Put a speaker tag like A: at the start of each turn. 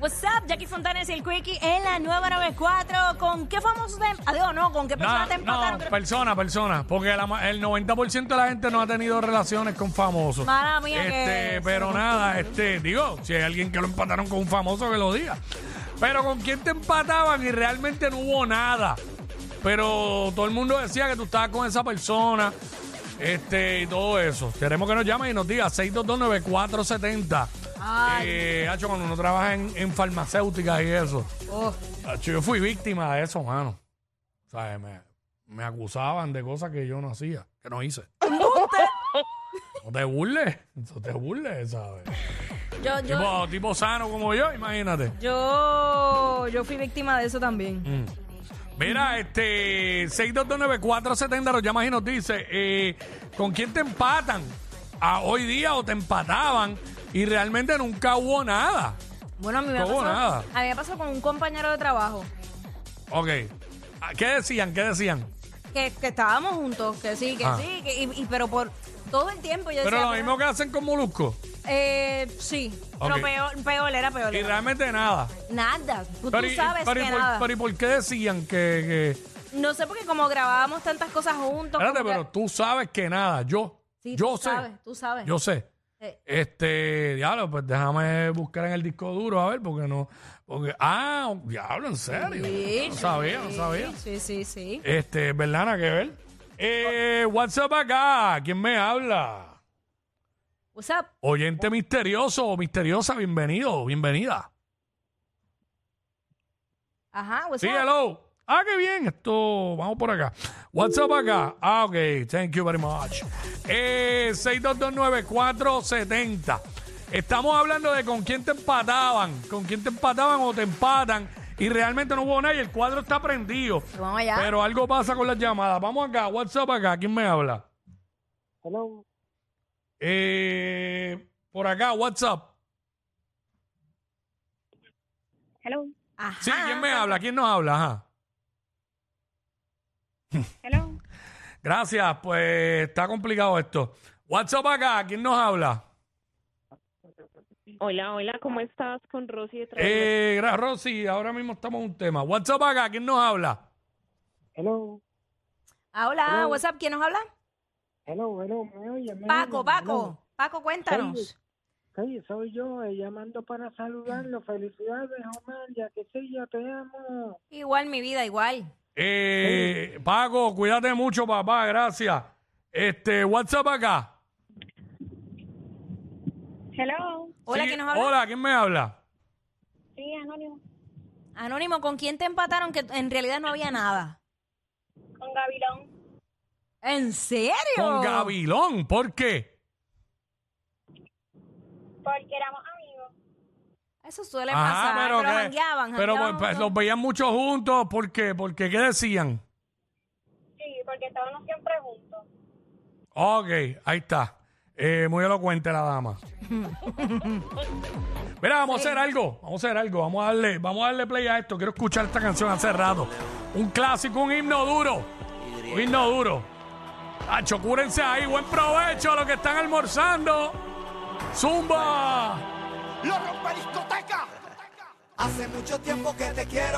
A: What's up, Jackie Fontanes y el Quickie en la nueva 94. ¿Con qué famoso te em-? Adiós, no, ¿con qué persona te empataron?
B: no,
A: Creo-
B: persona, persona, porque la ma- el 90% de la gente no ha tenido relaciones con famosos.
A: Mala mía
B: este,
A: que-
B: pero nada, este, digo, si hay alguien que lo empataron con un famoso que lo diga. Pero con quién te empataban y realmente no hubo nada. Pero todo el mundo decía que tú estabas con esa persona. Este, y todo eso. Queremos que nos llamen y nos diga 6229470.
A: Ay.
B: Eh, Hacho, cuando uno trabaja en, en farmacéuticas y eso.
A: Oh,
B: Hacho, yo fui víctima de eso, mano. O sea, me, me acusaban de cosas que yo no hacía, que no hice. No te burles, no te burles, ¿sabes?
A: yo, yo,
B: Tipo, tipo sano como yo, imagínate.
A: yo, yo fui víctima de eso también.
B: Mm. Mira, este 6229470 nos llamas y nos dice, eh, ¿con quién te empatan? A hoy día o te empataban y realmente nunca hubo nada.
A: Bueno, a mí me
B: No hubo
A: pasó,
B: nada.
A: a mí me pasó con un compañero de trabajo
B: Ok. Ah, ¿Qué decían? ¿Qué decían?
A: que, que estábamos juntos, que sí, que
B: Ah.
A: sí, que- y, y- pero por todo el tiempo yo
B: Pero
A: decía,
B: lo mismo que hacen con Molusco.
A: eh, sí,
B: Ok.
A: pero peor, peor era peor.
B: Y
A: era.
B: realmente nada.
A: Nada, tú, Pues tú
B: y-
A: sabes
B: pero y
A: que
B: por,
A: nada.
B: pero ¿y por qué decían que... que-
A: No sé porque como grabábamos tantas cosas juntos.
B: espérate,
A: como que-
B: pero tú sabes que nada. Yo,
A: Sí,
B: yo
A: tú
B: sé.
A: sabes, tú sabes.
B: Yo sé.
A: Eh.
B: Este, diablo, pues déjame buscar en el disco duro, a ver, porque no... Porque, ah, diablo, en serio.
A: Sí,
B: no sabía, no
A: sí,
B: sabía.
A: Sí, sí, sí.
B: Este, ¿verdad? Nada que ver. Eh,
A: Oh.
B: WhatsApp acá, ¿quién me habla?
A: What's up?
B: Oyente misterioso o misteriosa, bienvenido, bienvenida.
A: Ajá, what's
B: Sí,
A: up?
B: hello. Ah, qué bien. Esto, vamos por acá. What's up acá? Ah, ok. Thank you very much. Eh, 6229470. Estamos hablando de con quién te empataban, con quién te empataban o te empatan. Y realmente no hubo nadie. El cuadro está prendido.
A: Vamos allá.
B: Pero algo pasa con las llamadas. Vamos acá. What's up acá? ¿Quién me habla?
C: Hello.
B: Eh, por acá, what's up?
C: Hello.
A: Ajá.
B: Sí, ¿quién
A: ah.
B: me habla? ¿Quién nos habla? Ajá.
C: Hello.
B: Gracias, pues está complicado esto. WhatsApp acá, ¿quién nos habla?
C: Hola, hola, ¿cómo estás con Rosy de Trabajo?
B: Eh, gra- Rosy, ahora mismo estamos en un tema. WhatsApp acá, ¿quién nos habla?
C: Hello.
A: Ah, hola, what's up? ¿Quién nos habla?
C: Hello, hello, me oyen, me
A: Paco,
C: oyen?
A: Paco. Paco, cuéntanos.
C: Hello. Sí, soy yo, eh, llamando para saludarlo. Felicidades, Omar, ya que sí, yo te amo.
A: Igual mi vida, igual.
B: Eh, Paco, cuídate mucho, papá, gracias. Este, WhatsApp acá.
C: Hello.
A: Hola,
B: Sí,
A: ¿quién nos habla?
B: Hola, ¿quién me habla?
C: Sí, anónimo.
A: Anónimo, ¿con quién te empataron que en realidad no había nada?
C: Con Gavilón.
A: ¿En serio?
B: Con Gabilón, ¿por qué?
C: Porque éramos amigos.
A: Eso suele
B: Ajá,
A: pasar, pero,
B: ¿qué?
A: jangueaban,
B: Ah, pero
A: jangueaban
B: pues,
A: juntos.
B: los veían mucho juntos, ¿por qué? ¿Por qué? ¿Qué decían?
C: Sí, porque estábamos siempre juntos.
B: Ok, ahí está. Eh, muy elocuente la dama. Mira, vamos a hacer algo. Vamos a hacer algo. Vamos a darle, vamos a darle play a esto. Quiero escuchar esta canción hace rato. Un clásico, un himno duro. Un himno duro. Hacho, cúrense ahí. Buen provecho a los que están almorzando. Zumba.
D: ¡Lo rompe discoteca! Hace mucho tiempo que te quiero